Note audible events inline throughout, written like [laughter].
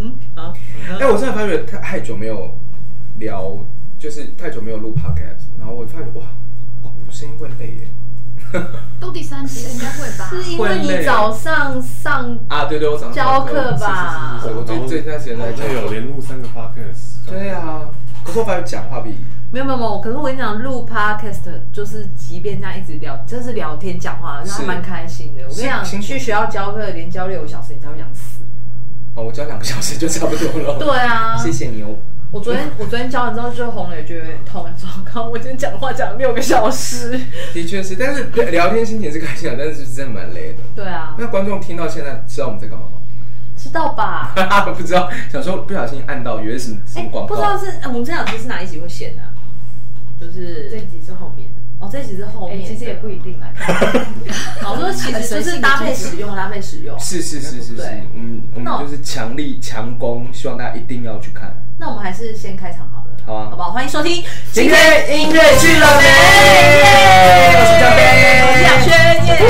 嗯哎 [laughs] 哎我现在发觉太太久没有聊，就是太久没有录 podcast，然后我发觉哇，哦我声音会累耶。都第三集了，应该会吧？是因会为累你早上上啊，对对，我早上教课吧是是是是我最这段时间在好像有教。连录三个 podcast，对啊，可是我发觉讲话比没有没有没有，可是我跟你讲，录 podcast 就是，即便这样一直聊，真是聊天讲话，是让蛮开心的。我跟你讲，是辛苦去学校教课，连教六个小时，你才会想死。哦，我教两个小时就差不多了。对啊，谢谢你哦。我昨天我昨天教完之后，就红了，也觉得有点痛。糟糕，我今天讲话讲了六个小时。的确是，但是聊天心情是开心的，但是真的蛮累的。对啊，那观众听到现在知道我们在干嘛吗？ [laughs] 知道吧？哈哈，不知道，想说不小心按到，以为是什么什哎、么广不知告道。是、呃我们这两集是哪一集会写的啊、就是这一集是后面的，哦，这一集是后面哎，的、其实也不一定啦。 [laughs] 看哦。我说其实就是搭配使用，搭配使用。是是是是是对，我们我那们我就是强力强攻，希望大家一定要去看。那我们还是先开场好了，好啊好不好？欢迎收听今天音乐去了没？我是张我飞。是轩，耶！对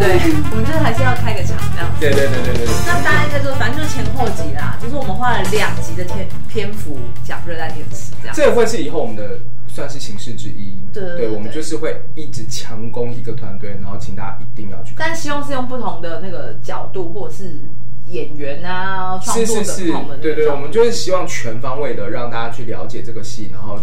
对，我们这还是要开个场这样。对对对对对对。那大家在这，反正就是前后集啦，就是我们花了两集的篇篇幅讲热带天使这样。这会是以后我们的算是形式之一。对对对对我们就是会一直强攻一个团队，然后请大家一定要去看。但希望是用不同的那个角度，或者是演员啊、创是作是者是他们，的对对，角我度们就是希望全方位的让大家去了解这个戏，然后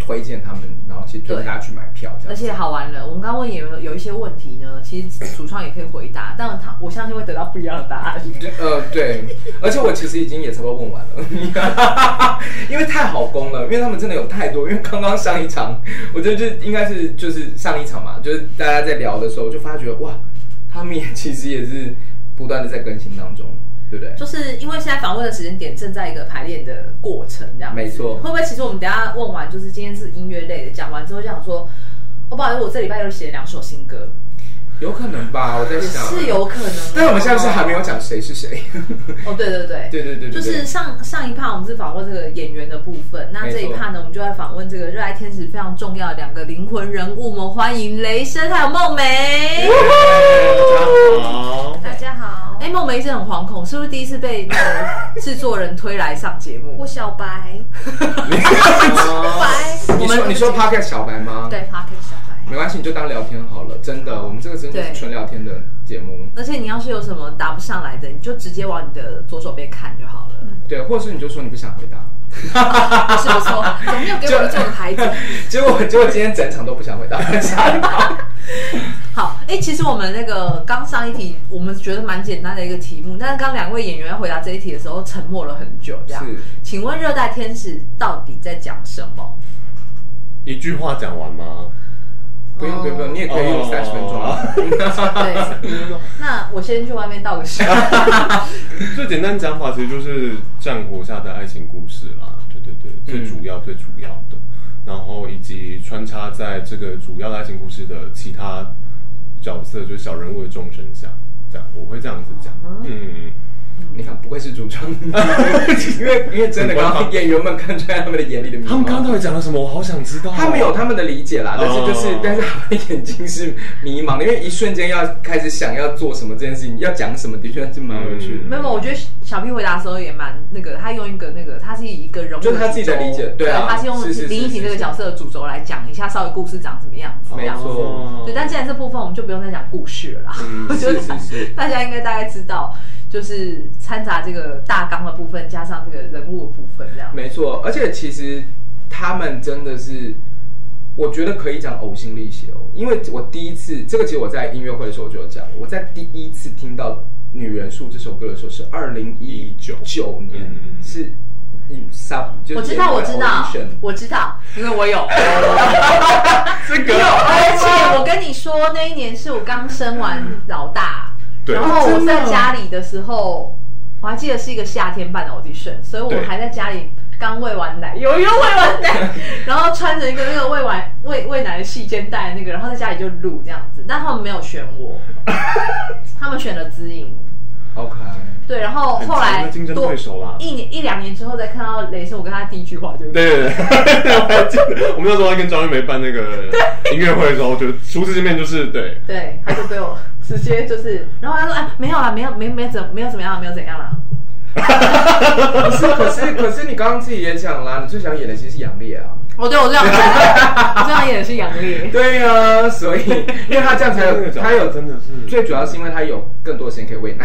推荐他们，然后去推荐对大家去买票，这样。而且好玩了，我们刚刚问演员有一些问题呢，其实主创也可以回答，但他我相信会得到不一样的答案。对呃，对，而且我其实已经也差不多问完了， [laughs] 因为太好攻了，因为他们真的有太多。因为刚刚上一场，我觉得就应该是就是上一场嘛，就是大家在聊的时候，我就发觉哇，他们也其实也是不断的在更新当中，对不对？就是因为现在访问的时间点正在一个排练的过程，这样子没错会不会其实我们等一下问完，就是今天是音乐类的，讲完之后就想说，哦，不好意思，我这礼拜又写了两首新歌，有可能吧，我在也想。是有可能哦。但我们现在是还没有讲谁是谁，哦，对对对。对对对对对，就是上上一趴我们是访问这个演员的部分，那没错这一趴呢，我们就在访问这个热爱天使非常重要的两个灵魂人物们，欢迎雷声还有梦梅。大家好，大家好，哎，梦梅一直很惶恐，是不是第一次被那个制作人推来上节目？我小白，白，哦你说你说 Pocket 小白吗？，对 p a r k 小白， [laughs] 没关系，你就当聊天好了。真的，我们这个真的是对纯聊天的节目。而且你要是有什么答不上来的，你就直接往你的左手边看就好了。对，或者是你就说你不想回答，不是不错，有没有给我们这种牌子？ [laughs] 结果结果今天整场都不想回 [laughs] 答，吓到好，哎、其实我们那个刚上一题，我们觉得蛮简单的一个题目，但是刚两位演员要回答这一题的时候，沉默了很久。这样是，请问《热带天使》到底在讲什么？一句话讲 [laughs] 完吗？不用不用不用，你也可以用哦三十分钟啊。 [laughs] 对， [laughs] 那我先去外面倒个水。最简单讲法其实就是战火下的爱情故事啦，对对嗯对，最主要、最主要的，然后以及穿插在这个主要的爱情故事的其他角色，就是小人物的众生相，这样我会这样子讲，啊嗯，你看，不愧是 [laughs] 主创，因为因为真的，刚刚演员们看出来他们的眼里的迷他们刚刚到茫。底讲了什么？我好想知道哦、他们有他们的理解啦，但是就是哦，但是他们眼睛是迷茫的，因为一瞬间要开始想要做什么这件事情，要讲什么，的确是蛮有趣没的。嗯有，我觉得小 P 回答的时候也蛮那个，他用一个那个，他是以一个人物就是他自己的主轴理解对对啊他是用是是是林依婷这个角色的主轴来讲一下，稍微故事长什么样子，这没样子。错，对，但既然这部分我们就不用再讲故事了啦， [laughs] 我觉得嗯是是是，大家应该大概知道，就是掺杂这个大纲的部分，加上这个人物的部分，这样。没错，而且其实他们真的是，我觉得可以讲呕心沥血哦，因为我第一次这个，其实我在音乐会的时候就有讲，我在第一次听到《女人树》这首歌的时候是二零一九年，嗯是嗯三，就是我知道，我知道 audition，我知道，因为我有， [laughs] 这个而且我跟你说，那一年是我刚生完老大，对然后我在家里的时候，我还记得是一个夏天办的 audition，所以我对还在家里刚喂完奶，有一个喂完奶，然后穿着一个那个喂完喂喂奶的细肩带那个，然后在家里就录这样子，但他们没有选 [laughs] 我，他们选了知颖。 OK，对，然后后来很强的竞争对手啦多一年一两年之后再看到雷声，我跟他第一句话就是对对 [laughs] 对，我还记得，我们那时候在跟张玉梅办那个音乐会的时候，就初次见面就是对，对，他就被我直接就是，然后他说：“哎，没有啦，没有，没没怎没有怎么样啦，没有怎样啦。”可是可是可是你刚刚自己也讲啦，你最想演的其实是杨烈啊。哦，对我这样， [laughs] 我这样演的是 [laughs] 杨烈。对呀、啊， [laughs] 所以因为他这样才那有个角色他有真的是最主要是因为他有更多时间可以喂奶。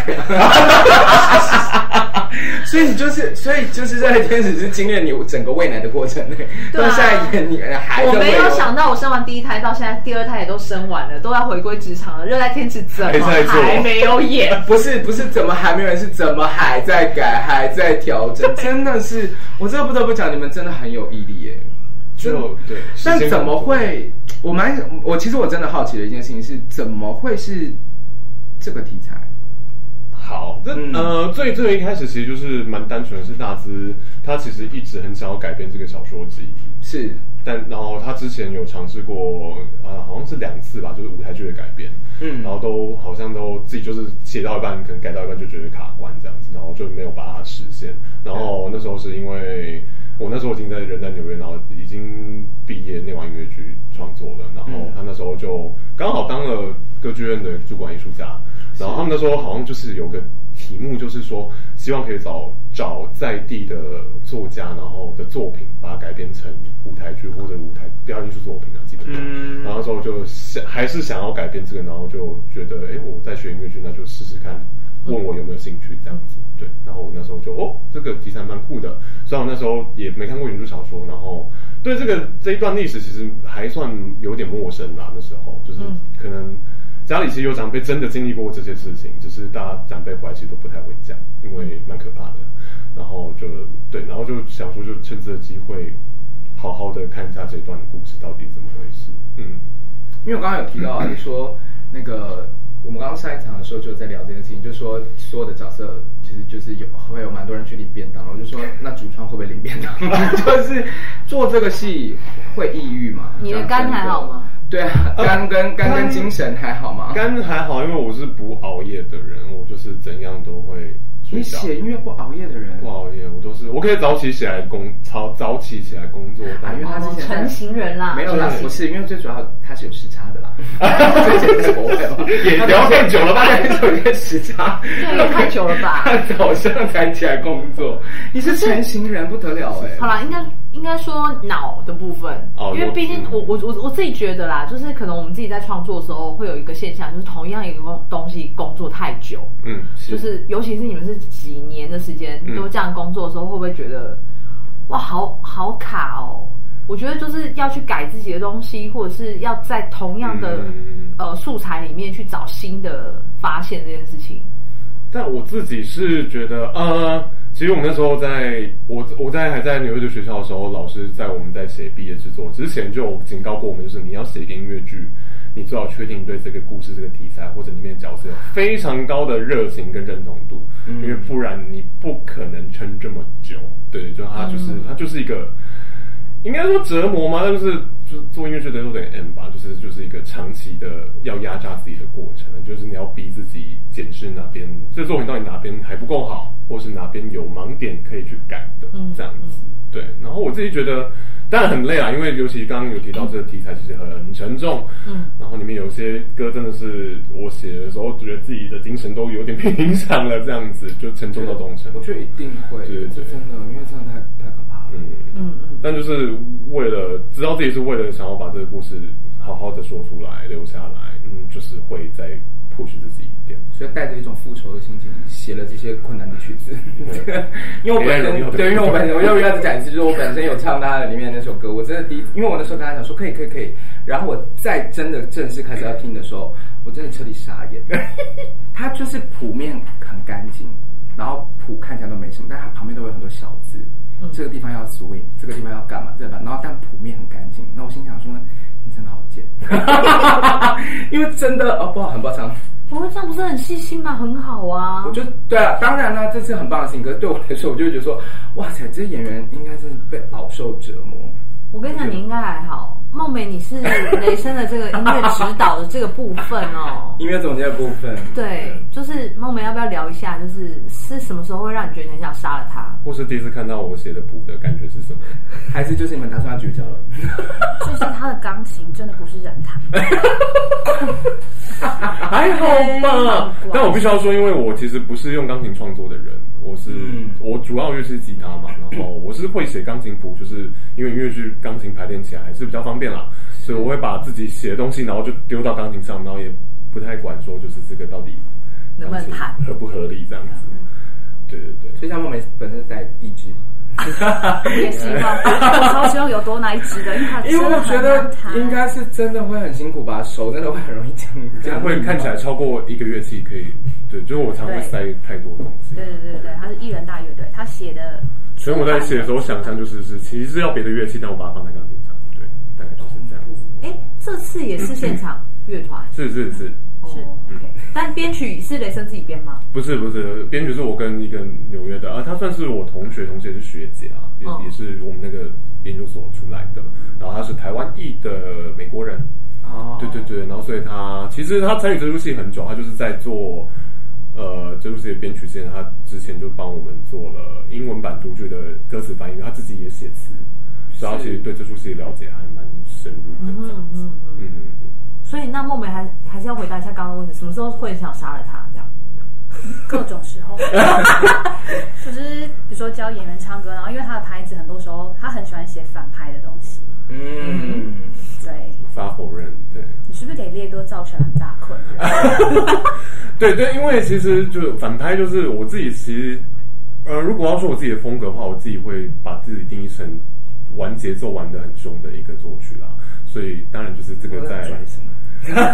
[laughs] 所以你就是，所以就是在天使是经历了你整个喂奶的过程呢。对啊到现在演你还在喂我没有哦想到，我生完第一胎到现在，第二胎也都生完了，都要回归职场了。热带天使怎么还在做还没有演？不是不是，怎么还没有人？是怎么还在改，还在调整？ [laughs] 真的是，我真的不得不讲，你们真的很有毅力耶。就对，但时间怎么管控？会？我蛮我其实我真的好奇的一件事情是，怎么会是这个题材？好，这、嗯呃，最最一开始其实就是蛮单纯的，是大资他其实一直很想要改编这个小说集，是但然后他之前有尝试过，呃，好像是两次吧，就是舞台剧的改编，嗯然后都好像都自己就是写到一半，可能改到一半就觉得卡关这样子，然后就没有把它实现。然后那时候是因为我那时候已经在人在纽约，然后已经毕业念完音乐剧创作了，然后嗯他那时候就刚好当了歌剧院的主管艺术家，然后他们那时候好像就是有个题目，就是说希望可以找找在地的作家，然后的作品把它改编成舞台剧或者舞台表演艺术作品啊，基本上。嗯然后那时候就想还是想要改编这个，然后就觉得哎，诶我在学音乐剧，那就试试看，问我有没有兴趣这样子。对，然后我那时候就哦，这个题材蛮酷的，虽然我那时候也没看过原著小说，然后对这个这一段历史其实还算有点陌生啦。那时候就是嗯可能家里其实有长辈真的经历过这些事情，只是大家长辈回来其实都不太会讲，因为蛮可怕的。然后就对，然后就想说就趁这个机会。好好的看一下这段故事到底怎么回事。嗯，因为我刚刚有提到啊，就说那个我们刚刚上一场的时候就有在聊这件事情，就说所有的角色其实就是有会有蛮多人去领便当，我就说那主创会不会领便当？就是做这个戏会抑郁吗？你的肝还好吗？对啊，呃肝跟肝跟肝精神还好吗？肝还好，因为我是不熬夜的人，我就是怎样都会睡你觉。写音乐不熬夜的人，不熬夜，我都是我可以早起起来工，早早起起来工 [laughs] 作。啊但因为他之前在哦成型人啦，没有啦，不是，因为最主要他是有时差的啦，所以这是国外嘛也聊太久 [laughs] 了吧他是有一个时差，对也太久了吧 [laughs] 他早上才起来工作，你是成型人不得了哎、好啦，应该应该说脑的部分，哦因为毕竟我我我我我自己觉得啦，就是可能我们自己在创作的时候会有一个现象，就是同样一个工东西工作太久，嗯，就是尤其是你们是几年的时间嗯都这样工作的时候，会不会觉得哇，好好卡哦？我觉得就是要去改自己的东西，或者是要在同样的、嗯呃素材里面去找新的发现这件事情。但我自己是觉得，呃，其实我们那时候在我我在还在纽约的学校的时候，老师在我们在写毕业制作之前就有警告过我们，就是你要写一个音乐剧，你最好确定你对这个故事、这个题材或者里面的角色有非常高的热情跟认同度，嗯因为不然你不可能撑这么久。对，就它就是、它就是一个。应该说折磨吗？那就是就是做音乐剧的有点 M 吧，就是就是一个长期的要压榨自己的过程，就是你要逼自己检视哪边这作品到底哪边还不够好，或是哪边有盲点可以去改的，嗯这样子。对，然后我自己觉得，当然很累啊，因为尤其刚刚有提到这个题材其实很沉重，嗯，然后里面有些歌真的是我写的时候觉得自己的精神都有点被影响了，这样子就沉重到这种程度。我觉得一定会，对对这对真的，因为真的太太可怕了。嗯。嗯嗯，但就是为了知道自己是为了想要把这个故事好好的说出来、留下来，嗯，就是会再 push 自己一点。所以带着一种复仇的心情写了这些困难的曲子，因为我本别人有身对，因为我本身我又要讲一次，就是我本身有唱他的里面那首歌，我真的第一，因为我那时候跟他讲说可以可以可以，然后我再真的正式开始要听的时候，我真的彻底傻眼，他就是谱面很干净，然后谱看起来都没什么，但它旁边都有很多小字，这个地方要 swing，这个地方要干嘛，这吧？然后但谱面很干净，那我心想说你真的好贱，因为真的哦不好很不好唱。不过这样不是很细心吗？很好啊，我就嗯对啊，当然啦，这是很棒的事情。可是对我来说，我就会觉得说，哇塞，这些演员应该是被饱受折磨。。我跟你讲，你应该还好。梦梅，你是雷声的这个音乐指导的这个部分哦 [laughs] 音乐总监的部分，对，就是梦梅，要不要聊一下？就是是什么时候会让你觉得你很想杀了他？或是第一次看到我写的谱的感觉是什么？还是就是你们打算要绝交了？最近他的钢琴真的不是人弹，还好吧哎但我必须要说，因为我其实不是用钢琴创作的人，我是、嗯我主要乐器是吉他嘛，然后我是会写钢琴谱，就是因为音乐剧钢琴排练起来还是比较方便啦，所以我会把自己写的东西，然后就丢到钢琴上，然后也不太管说就是这个到底能不能钢琴弹合不合理这样子。对对对。所以他们本本身是带一支，我也希 [laughs] 望，我超希望有多拿一支的，因为它因真为我的觉很得难弹。应该是真的会很辛苦吧，手真的会很容易僵这样僵硬，会看起来超过一个乐器可以，对，就是我常会塞太多东西，对对对对，他是艺人大乐队，他写的。所以我在写的时候想象就是是其实是要别的乐器，但我把它放在钢琴上，对，大概就是这样子，哎，这次也是现场乐团，是是是，是 OK，但编曲是雷声自己编吗？不是不是，编曲是我跟一个纽约的，啊，她算是我同学，同时也是学姐啊，也、哦也是我们那个研究所出来的，然后她是台湾裔的美国人，哦，对对对，然后所以他其实他参与这部戏很久，他就是在做呃这部戏的编曲线，他之前就帮我们做了英文版独剧的歌词翻译，他自己也写词，所以他其实对这出戏的了解还蛮深入的这样嗯子。嗯。嗯嗯嗯所以那梦梅还还是要回答一下刚刚的问题，什么时候会想杀了他？这样各种时 [laughs] 候，就是比如说教演员唱歌，然后因为他的拍子很多时候他很喜欢写反拍的东西，嗯，对，发否认，对你是不是给烈哥造成很大困扰？对对，因为其实就反拍就是我自己其实呃，如果要说我自己的风格的话，我自己会把自己定义成玩节奏玩的很凶的一个作曲啦，所以当然就是这个我在在转什么？也不是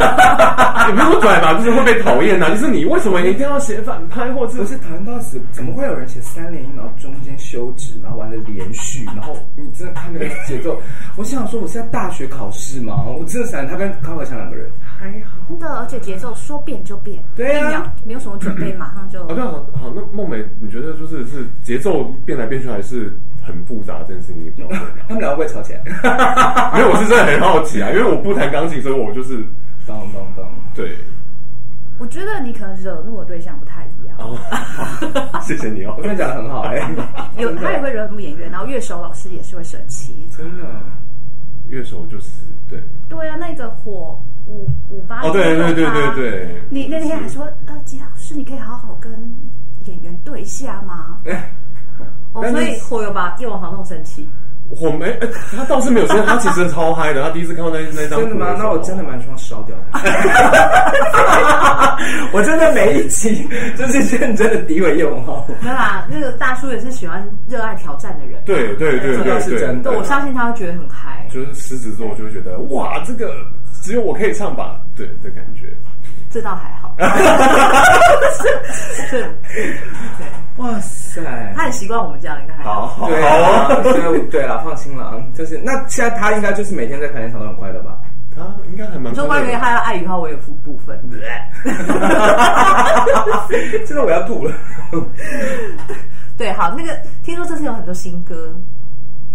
说拽吧，就是会被讨厌呐。啊就是你为什么一定要写反派，或者不是谈到死，怎么会有人写三连音，然后中间休止，然后玩的连续，然后你真的看那个节奏，我想说我是在大学考试吗？我真的闪他跟高和强两个人，还好，真的，而且节奏说变就变，对一啊秒没有什么准备，马上就啊，对啊，好，那梦美，你觉得就是是节奏变来变去，还是很复杂这件事情，你比较 [laughs] 会吗？他们两个会 [laughs] 吵起来，因为我是真的很好奇啊，因为我不弹钢琴，所以我就是当当当，对。我觉得你可能惹怒我对象不太一样，哦， [laughs] 谢谢 [laughs] 你哦我。真的讲的很好哎、有啊他也会惹怒演员，然后乐手老师也是会生气。真的，乐手就是对，对啊，那个火五五八哦，对对对对对。啊你那天还说，呃，杰老师，你可以好好跟演员对一下吗？哦，但是所以火有把叶王豪弄生气。我没，哎他倒是没有生气，他其实超嗨的。他第一次看到那那张，真的吗？那我真的蛮希望烧 [laughs] 掉他。我真的每一集就是认真的诋毁叶文豪， [laughs] 没有啦，那个大叔也是喜欢热爱挑战的人。对对对对对，哎这倒是真的对，我相信他会觉得很嗨。就是狮子座就会觉得哇，这个只有我可以唱吧，对的感觉。这倒还 [laughs] 好。是，对，哇塞！他很习惯我们这样，应该还好好对啊，所以对了，放心了，就是那现在他应该就是每天在排练场都很快乐 [laughs] 吧？他应该还蛮你说关于他的爱与好，我有副部分。嗯真的我要吐了。对，好，那个听说这次有很多新歌，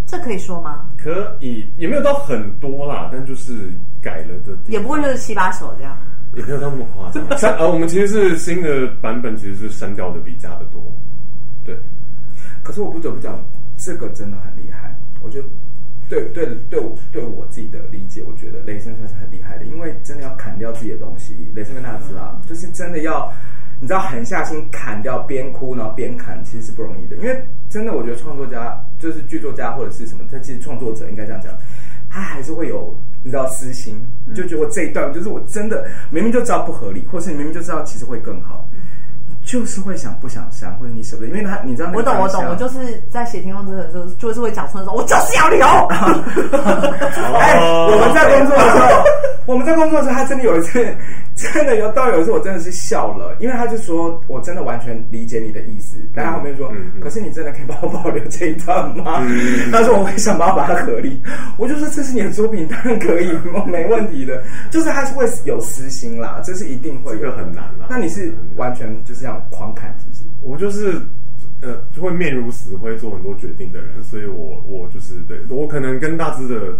这可以说吗？可以，也没有到很多啦，但就是改了的地方，也不过就是七八首这样。也没有到那么夸张。删呃，我们其实是新的版本，其实是删掉的比加的多。对，可是我不得不讲，这个真的很厉害。我觉得对对对我对我自己的理解，我觉得雷声算是很厉害的，因为真的要砍掉自己的东西。雷声跟大家知道，嗯就是真的要。你知道狠下心砍掉，边哭然后边砍，其实是不容易的。因为真的，我觉得创作家就是剧作家或者是什么，他其实创作者应该这样讲，他还是会有你知道私心，嗯就觉得我这一段就是我真的明明就知道不合理，或是你明明就知道其实会更好，就是会想不想删，或者你舍不得，因为他你知道那个我懂，我当懂，下我就是在写《天空之城》的时候，就是会讲出那种我就是要 [laughs] 留。哎，我们在工作的时候，我们在工作的时候，他真的有一次，真的有到有一次，我真的是笑了，因为他就说我真的完全理解你的意思，但他后面说，嗯嗯可是你真的可以帮我保留这一段吗？ [laughs] 嗯他说我会想办法把它合理，我就说这是你的作品，当然可以，我没问题的，就是他是会有私心啦，这是一定会这有个的，很难啊嗯啦。那你是完全就是这样狂砍，是不是？我就是呃，就会面如死灰，做很多决定的人，所以我我就是对我可能跟大志的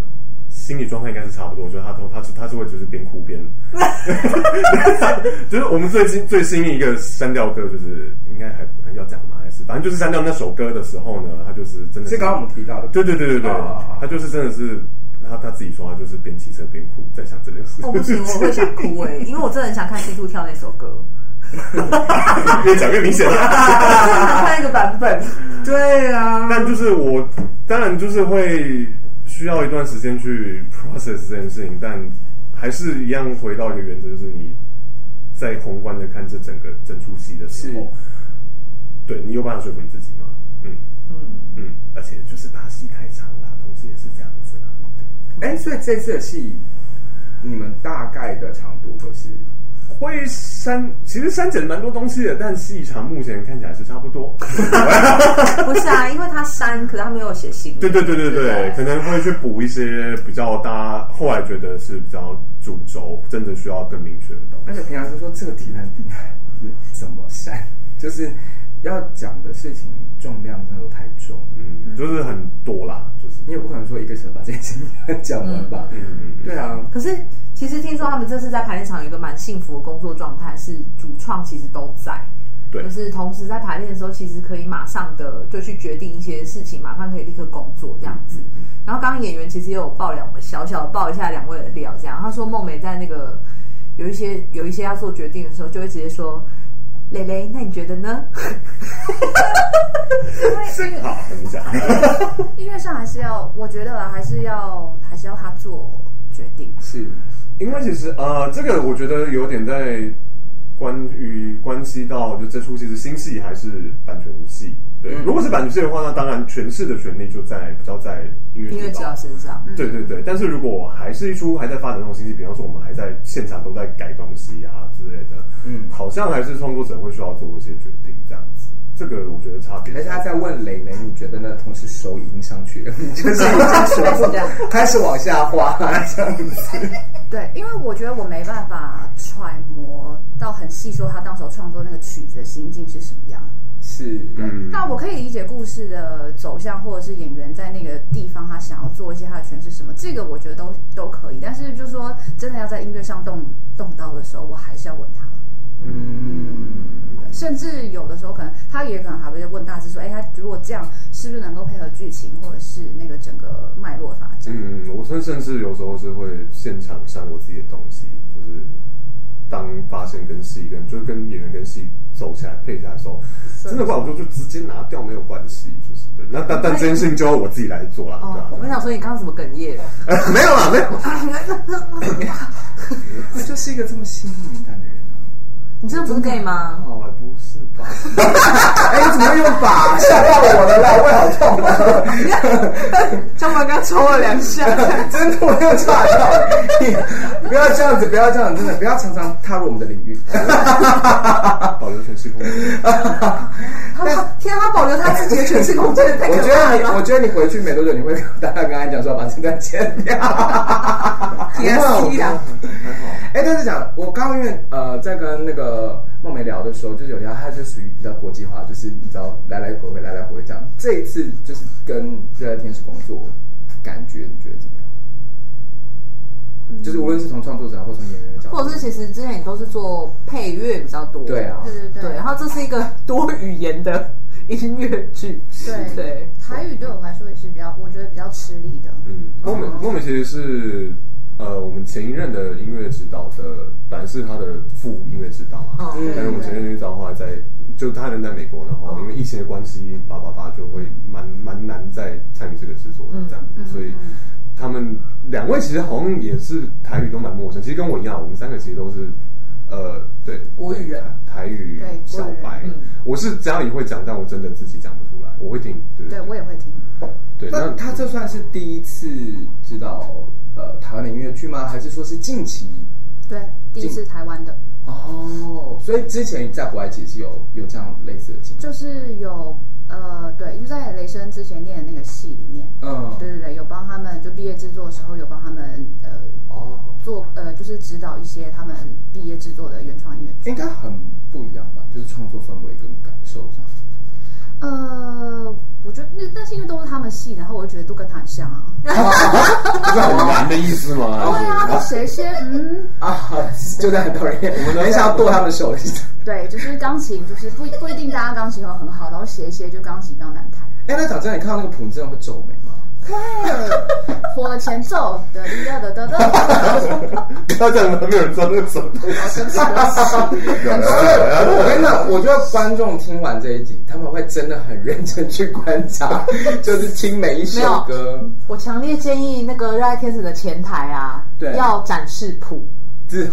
心理状态应该是差不多。我觉得他都他是他是会就是边哭边，就是我们最新最新一个删掉歌，就是应该还还要讲吗？还是反正就是删掉那首歌的时候呢，他就是真的是刚刚我们提到的，对对对对对哦哦哦，他就是真的是他他自己说他就是 [laughs] 边骑车边哭，在想这件事。哦欸 [laughs] 我不行，我会想哭哎、因为我真的很想看 C Two 跳那首歌。越讲越明显 [laughs] 了。换一个版 [laughs] 本，对啊，但就是我，当然就是会需要一段时间去 process 这件事情，但还是一样回到一个原则，就是你在宏观的看这整个整出戏的时候，对你有办法说服你自己吗？嗯嗯，嗯，而且就是把戏太长了，同时也是这样子啦。哎、所以这次的戏，你们大概的长度会是？会删，其实删减蛮多东西的，但戏场目前看起来是差不多。不是啊，因为他删，可是他没有写新。对对对对对，可能会去补一些比较大家后来觉得是比较主轴，真的需要更明确的东西。而且平常就说这个题材 [laughs] 怎么删，就是要讲的事情重量真的都太重了，嗯，就是很多啦，就是你也不可能说一个小时把这件事情 [laughs] 讲完吧？嗯，对啊，可是其实听说他们这次在排练场有一个蛮幸福的工作状态，是主创其实都在，对就是同时在排练的时候，其实可以马上的就去决定一些事情，马上可以立刻工作这样子。嗯然后刚刚演员其实也有爆两个小小爆一下两位的料，这样他说梦梅在那个有一些有一些要做决定的时候，就会直接说。蕾蕾，那你觉得呢？ [laughs] 真好，等一下，音乐上还是要，我觉得啦，还是要还是要他做决定。是因为其实呃，这个我觉得有点在关于关系到就这出戏是新戏还是版权戏。对，嗯如果是版权戏的话，那当然诠释的权利就在比较在音乐音乐指指导导身上，对对对，但是如果还是一出还在发展中的新戏，比方说我们还在现场都在改东西啊之类的，嗯好像还是创作者会需要做一些决定这样子。这个我觉得差别。而且他在问磊磊，你觉得呢？同时手已经上去了， [laughs] 你就是已经手是这样 [laughs] 开始往下滑这样子。对，因为我觉得我没办法揣摩到很细说他当时候创作那个曲子的心境是什么样。 [laughs] 是，嗯，但我可以理解故事的走向，或者是演员在那个地方他想要做一些他的诠释什么，这个我觉得都都可以。但是就是说，真的要在音乐上动动刀的时候，我还是要问他。嗯，对甚至有的时候可能他也可能还会问大致说，哎，他如果这样是不是能够配合剧情或者是那个整个脉络发展？嗯，我甚甚至有时候是会现场上我自己的东西，就是当发现跟戏跟就是跟演员跟戏走起来配起来的时候，真的话我就就直接拿掉没有关系，就是对。那但但这件事情就要我自己来做啦，对哦啊，我。对们啊想说你刚刚怎么哽咽了？哎 [laughs] 没有啦，没有。他就是一个这么细腻敏感的人啊。你真的不是 gay 吗？哦，不是吧？哎，你怎么又把吓到我了啦？胃好痛啊！张博刚抽了两 [laughs] 下， [laughs] 真的，我又吓到你。不要这样子，不要这样，真的不要常常踏入我们的领 [laughs] 域。 [laughs] 保留全息空间。他天啊，他保留他自己的全身空间，太我可觉怕得了你，我吧。觉得你回去没多久，你会跟大家跟他讲说把这段剪 [laughs] 掉。天 [laughs] 啊我踢啊嗯还好，哎，但是讲我刚刚因为呃在跟那个梦梅聊的时候，就是有聊，她是属于比较国际化，就是比较来来回回来来回回这样。这一次就是跟热爱天使工作，感觉你觉得怎么样？就是无论是从创作者或从演员的角度，或者是其实之前也都是做配乐比较多，对啊对对对，然后这是一个多语言的音乐剧，对对，台语对我来说也是比较，我觉得比较吃力的。嗯，梦美梦美其实是呃我们前一任的音乐指导的，本来是他的副音乐指导啊，嗯但是我们前任音乐指导后来在就他人在美国，然后因为疫情的关系，叭叭叭就会蛮蛮难再参与这个制作的这样子，所以。他们两位其实好像也是台语都蛮陌生，其实跟我一样，我们三个其实都是，呃，对，国语人台台语对小国语人白，我是家里会讲，但我真的自己讲不出来，我会听，对对我也会听，对，那那他这算是第一次知道呃台湾的音乐剧吗？还是说是近期？对，第一次台湾的，哦，所以之前在国外其实有有这样类似的经历。就是有呃，对，就在雷声之前念的那个戏里面，嗯，对对对，有帮他们就毕业制作的时候有帮他们呃哦，做呃就是指导一些他们毕业制作的原创音乐剧。应该很不一样吧？就是创作氛围跟感受上。呃，我觉得那但是因为都是他们戏，然后我就觉得都跟他很像啊。是很玩的意思吗？对啊，谁先嗯， [laughs] 啊，就在很多人，我们很想要剁他们手。对，就是钢琴，就是不不一定大家钢琴都很好，然后写一些就钢琴比较难弹。 [laughs] 哎，那讲真的，你看到那个朴正会皱眉吗？嘿，火前奏的的的的的，不要讲了，没有人知道那个什么东西。很多人，我跟你讲，我觉得观众听完这一集，他们会真的很认真去观察， [laughs] 就是听每一首歌，我强烈建议那个热爱天使的前台啊，对要展示谱，这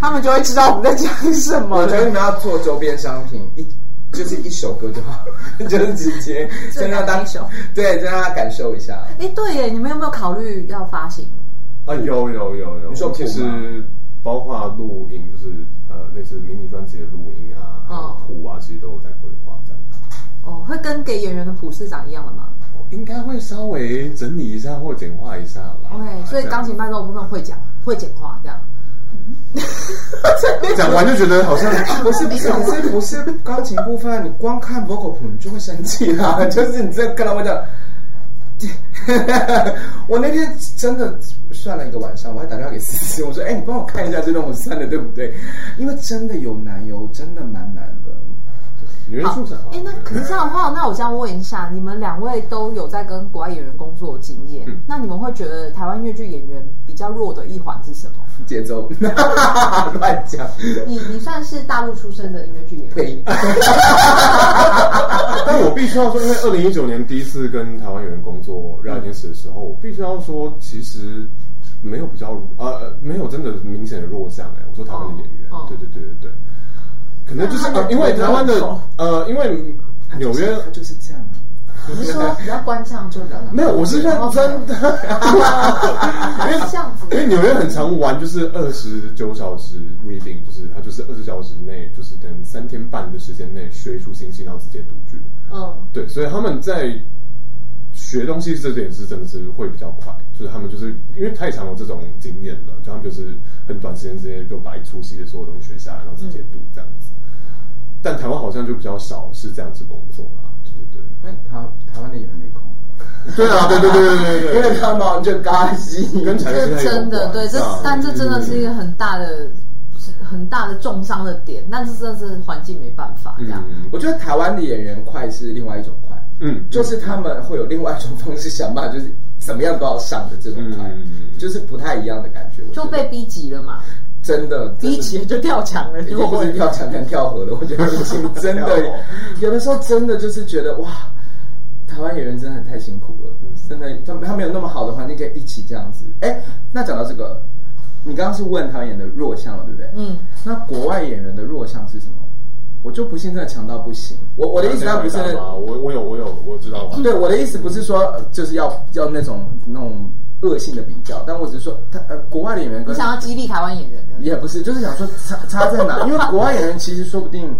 他们就会知道我们在讲什么我觉得了。你们要做周边商品，一就是一首歌就好， [laughs] 就是直接真让大一首，对，真让他感受一下。哎，对耶，你们有没有考虑要发行？啊，有有有有，你说谱吗其实包括录音，就是呃类似迷你专辑的录音啊，还有哦谱啊，其实都有在规划这样。哦，会跟给演员的普市长一样了吗应该会稍微整理一下或简化一下啦。 ？OK，所以钢琴伴奏部分会讲，会简化这样。讲完就觉得好像不是不是不是不是钢琴部分，啊你光看 vocal 谱你就会生气啦。 [laughs] 就是你这看到会这样。 [laughs] 我那天真的算了一个晚上，我还打电话给思思，我说：“哎、你帮我看一下这段我算的对不对？”因为真的有难有真的蛮难的。女人啊宿舍好。哎，那可是这样的话，那我这样问一下，你们两位都有在跟国外演员工作的经验，嗯那你们会觉得台湾越剧演员比较弱的一环是什么？节奏 [laughs] 乱讲，你嗯你算是大陆出生的音乐剧演员，呸！但我必须要说，因为二零一九年第一次跟台湾演员工作《热爱天使》的时候，哦我必须要说，其实没有比较呃，没有真的明显的弱项哎、我说台湾的演员，哦哦对对对对对，可能就是、呃、因为台湾的呃，因为纽约他就是这样啊。你是说比较官腔就的？哦没有，我是认真的，因为这样 [clears throat] 子因为纽约很常玩，就是二十九小时 reading，就是它就是二十小时内，就是等三天半的时间内学出新戏，然后直接读剧。嗯，对，所以他们在学东西这点是真的是会比较快，就是他们就是因为太常有这种经验了，就他们就是很短时间之内就把一出戏的所有东西学下来，然后直接读这样子。但台湾好像就比较少是这样子工作啦，对对对。因为台台湾的演员没空， [laughs] 对啊，对对对对对对，因为他忙就嘎西。跟产业这现在有真的关对，这啊但这真的是一个很大的、很大的重伤的点，但是这是环境没办法这样。 [laughs] 嗯我觉得台湾的演员快是另外一种快，嗯，就是他们会有另外一种方式想办法，就是怎么样都要上的这种快，嗯就是不太一样的感觉。我觉就得被逼急了嘛，真的逼急了就掉墙 [laughs] 了。真的如 [laughs] 如果果不是跳墙跟跳河了，我觉得已经真跳的河有的时候真的就是觉得哇，台湾演员真的太辛苦了，真的他们他们有那么好的环境可以一起这样子。哎，那讲到这个，你刚刚是问台湾演员的弱项了，对不对？嗯，那国外演员的弱项是什么？我就不信真的强到不行。我我的意思，他不是啊我我有我有我知道啊，对，我的意思不是说呃就是要要那种那种恶性的比较，但我只是说他呃，国外的演员你跟想要激励台湾演员 [laughs] 的，也不是，就是想说差差在哪？因为国外演员其实说不定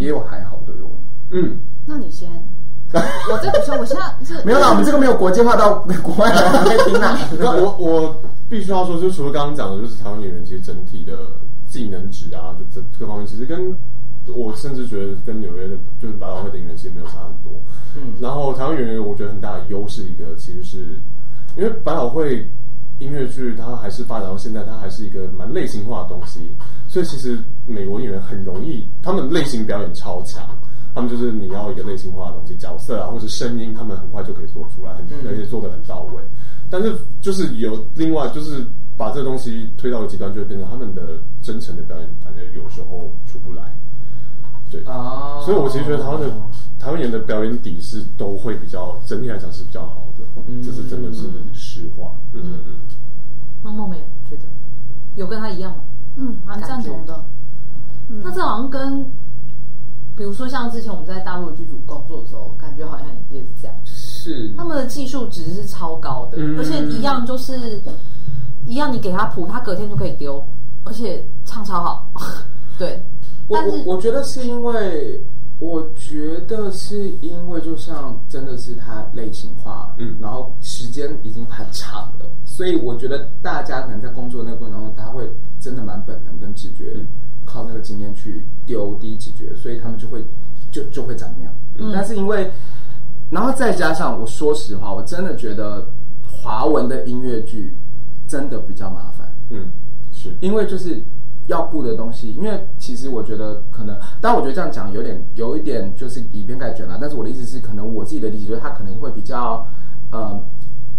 也有还好的哟。嗯， [laughs] 那你先，我再补充，我现在是没有啦，我们这个没有国际化到国外人还会听啦。 [laughs] 那我我必须要说，就除了刚刚讲的，就是台湾演员其实整体的技能值啊，就这各方面，其实跟我甚至觉得跟纽约的，就是百老汇的演员其实没有差很多。嗯然后台湾演员我觉得很大的优势一个其实是因为百老汇音乐剧它还是发展到现在，它还是一个蛮类型化的东西，所以其实美国演员很容易，他们类型表演超强。他们就是你要一个类型化的东西，角色啊，或者声音，他们很快就可以做出来，很嗯而且做的很到位。但是就是有另外就是把这东西推到了极端，就会变成他们的真诚的表演，反正有时候出不来。对，啊所以我其实觉得台湾的台湾演的表演底是都会比较整体来讲是比较好的，嗯这是真的是实话。嗯嗯嗯。那梦梅觉得有跟他一样吗？嗯，啊蛮赞同的。那这好像跟，比如说像之前我们在大陆的剧组工作的时候，感觉好像也是这样。是他们的技术值是超高的，嗯而且一样就是一样，你给他谱，他隔天就可以丢，而且唱超好。 [laughs] 对，我但是我我觉得是因为，我觉得是因为，就像真的是它类型化，嗯然后时间已经很长了，所以我觉得大家可能在工作那个过程中，他会真的蛮本能跟直觉，嗯靠那个经验去丢第一直觉，所以他们就会就就会长那样。嗯但是因为，然后再加上，我说实话，我真的觉得华文的音乐剧真的比较麻烦。嗯，是，因为就是要顾的东西，因为其实我觉得可能，但我觉得这样讲有点有一点就是以偏概全了。但是我的意思是，可能我自己的理解就是，他可能会比较呃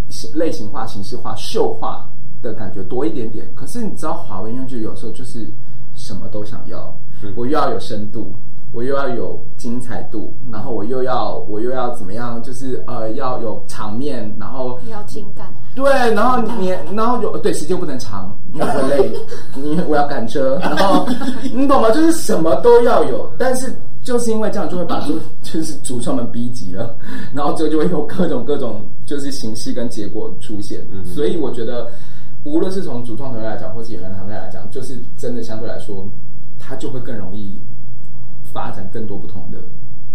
形类型化、形式化、秀化的感觉多一点点。可是你知道，华文音乐剧有时候就是什么都想要，我又要有深度，我又要有精彩度，然后我又要我又要怎么样？就是呃，要有场面，然后要情感，对，然后你，然后有对时间不能长，你会累，你我要赶车，然后你懂吗？就是什么都要有，但是就是因为这样，就会把主就是主创们逼急了，然后这就会有各种各种就是形式跟结果出现。所以我觉得，无论是从主创团队来讲，或是演员团队来讲，就是真的相对来说，它就会更容易发展更多不同的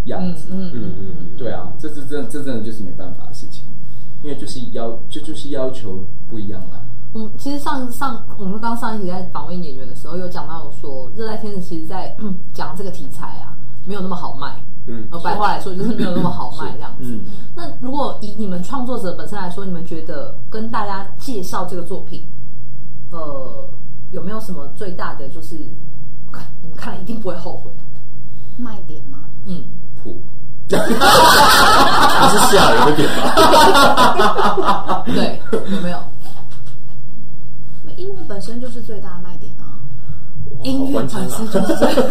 样子。嗯嗯嗯， [laughs] 对啊，这是真的这真的就是没办法的事情，因为就是要这就是要求不一样啊啦。嗯，其实上上我们刚上一集在访问演员的时候，有讲到说，《热带天使》其实在嗯讲这个题材啊，没有那么好卖。嗯呃，白话来说就是没有那么好卖这样子。嗯那如果以你们创作者本身来说，你们觉得跟大家介绍这个作品，呃，有没有什么最大的就是，看你们看了一定不会后悔？卖点吗？嗯，谱，他是吓人的点 [laughs] 吧？哦对，有没有？音乐本身就是最大的卖点 [laughs] 啊。 [laughs] 音乐本身就是这样，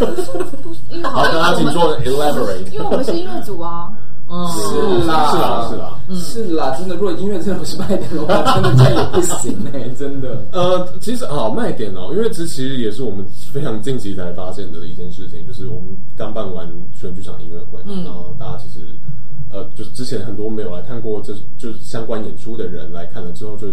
因为啊好，好刚刚像请我做们， elaborate。因为我们是音乐组啊。嗯，是啦是啦，是啦。是啦，真的，如果音乐真的不是卖点的话，真的这样也不行哎、 [laughs] 真的。呃，其实好卖点哦，因为这其实也是我们非常近期才发现的一件事情，就是我们刚办完选剧场音乐会，嗯然后大家其实呃，就是之前很多没有来看过这就是相关演出的人来看了之后，就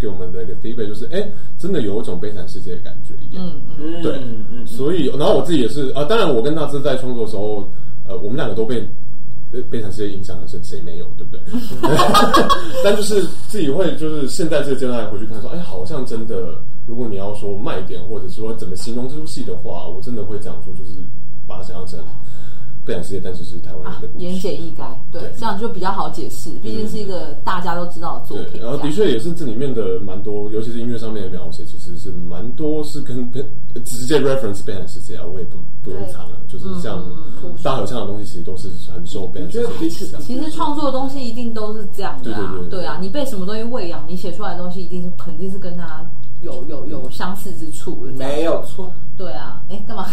给我们的一个 feedback 就是，哎，真的有一种悲惨世界的感觉一样。嗯嗯嗯对，所以然后我自己也是啊、呃当然我跟大志在创作的时候，呃，我们两个都被呃被这些影响了，谁谁没有，对不对？但就是自己会就是现在这个阶段回去看说，哎，好像真的，如果你要说卖点或者说怎么形容这出戏的话，我真的会讲说，就是把它想象成不想世界，但是是台湾人的故事，啊言简意赅，对，对这样就比较好解释，毕竟是一个大家都知道的作品。对，然后这的样确也是这里面的蛮多，尤其是音乐上面的描写，其实是蛮多是跟呃直接 reference 北韩世界啊，我也不不用藏了，就是像大合唱的东西，其实都是很受北韩世界影响。其实创作的东西一定都是这样的啊对对，对对啊，你被什么东西喂养，你写出来的东西一定是肯定是跟它有有有相似之处的。这样没有错，对啊，哎，干嘛？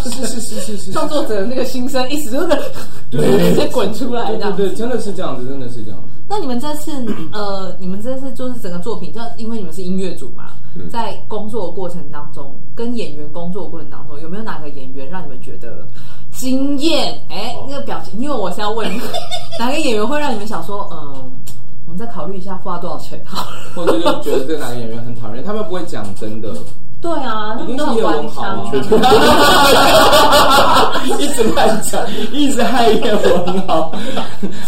是是是是是，创作者的那个心声一直都在 [laughs] 直接滚出来这对对样。对，真的是这样子，真的是这样子。那你们这次呃，你们这次就是整个作品，就因为你们是音乐组嘛，在工作的过程当中，跟演员工作的过程当中，有没有哪个演员让你们觉得惊艳？哎、那个表情，因为我是要问哪个演员会让你们想说，嗯，我们再考虑一下花多少钱 [laughs] 好了？或者就觉得这男演员很讨厌，他们不会讲真的，对啊，他一们定都是很叶官文豪腔啊啊，一直乱讲，一直害叶文豪。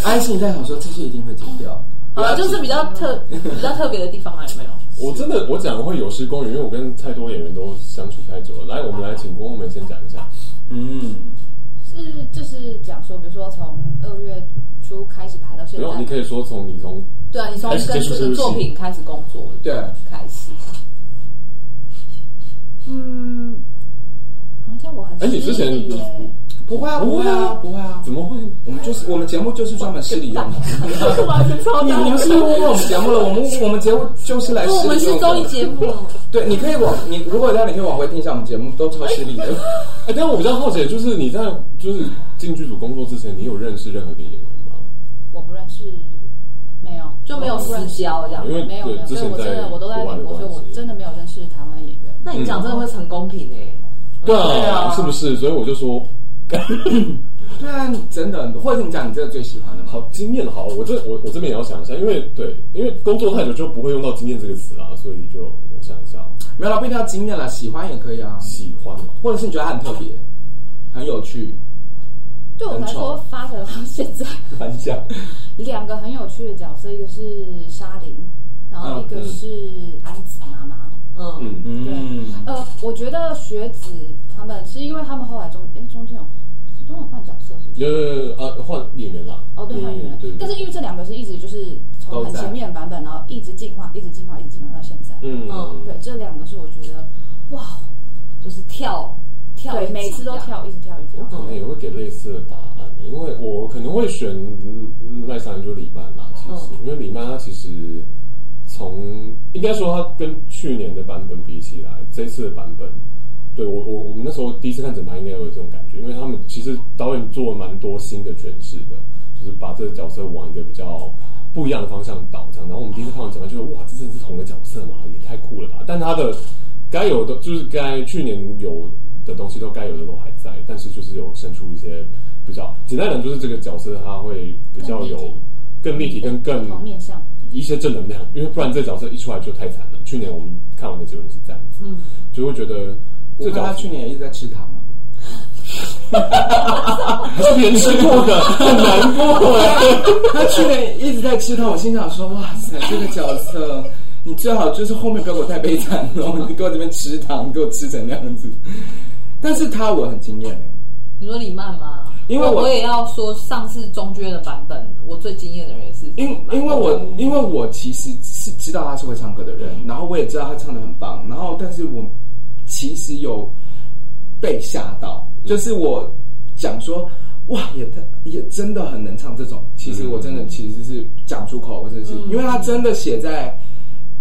安心在想说，这些一定会剪掉。好了，就是比较特比较特别的地方啊，有没有？我真的我讲会有失公允，因为我跟太多演员都相处太久了。来，我们来请郭梦梅先讲一下。嗯， [laughs] 是就是讲说，比如说从二月初开始排到现不用，你可在，以说从你从对啊，你从还是跟接触这这个个作戏品开始工作对，开始，嗯，好像我很哎你之前失礼耶不会啊，不会啊，不会啊。怎么会？我们就是我们节目就是专门失礼用的。 [laughs] 你你们是误会我们节目了，我们我们节目就是来我失礼用的。们是综艺节目，对，你可以往你如果让你可以往回听一下我们节目，都超失礼的。哎，但我比较好奇，就是你在就是进剧组工作之前，你有认识任何的演员吗？我不认识，没有，就没有私交这样因。为没有没有，之所以前我真的我都在美国，所以我真的没有认识台湾演员。那你讲真的会成公平哎、对对啊啊，是不是？所以我就说， [laughs] 对啊，你真的，或者你讲你这个最喜欢的嘛？好经验好，我这我我这边也要想一下，因为对，因为工作太久就不会用到经验这个词啦，所以就我想一下哦，没有啦，不一定要经验啦，喜欢也可以啊，喜欢嘛，或者是你觉得他很特别，很有趣，对我来说，发展到现在，反讲。两个很有趣的角色，一个是沙琳，然后一个是安子妈妈。嗯，嗯，嗯，呃，我觉得学子他们是因为他们后来中哎中间有是中间有换角色是不是？有有有呃换演员啦，哦，对，换演员对对。但是因为这两个是一直就是从很前面的版本，然后一直进化，一直进化，一直进化到现在。嗯嗯对，这两个是我觉得哇，就是跳啊跳一对，集每次都这样。跳，一直跳，一直跳。我可能也会给类似的答案，因为我可能会选赖珊就李曼啦。其哦实，因为李曼她其实从应该说她跟去年的版本比起来，这次的版本，对我我我们那时候第一次看整盘应该有这种感觉，因为他们其实导演做了蛮多新的诠释的，就是把这个角色往一个比较。不一样的方向导这样，然后我们第一次看完整盘，就是哇，这真的是同一个角色嘛，也太酷了吧！但他的该有的，就是该去年有的东西都该有的都还在，但是就是有生出一些比较简单讲，就是这个角色他会比较有更立体跟更不同面向，一些正能量，因为不然这角色一出来就太惨了。去年我们看完的结论是这样子，嗯，就会觉得我这看角他色去年也一直在吃糖啊。还是别人吃过的，很难过哎。他去年一直在吃糖，我心想说：哇塞，这个角色，你最好就是后面不要给我太悲惨了，你给我这边吃糖，你给我吃成那样子。但是他我很惊艳哎、你说李曼吗？因为我我也要说，上次中娟的版本，我最惊艳的人也是因因为我因为我其实是知道他是会唱歌的人，然后我也知道他唱的很棒，然后但是我其实有被吓到，就是我讲说哇，也太也真的很能唱这种，其实我真的其实是讲出口，我真的是，因为他真的写在，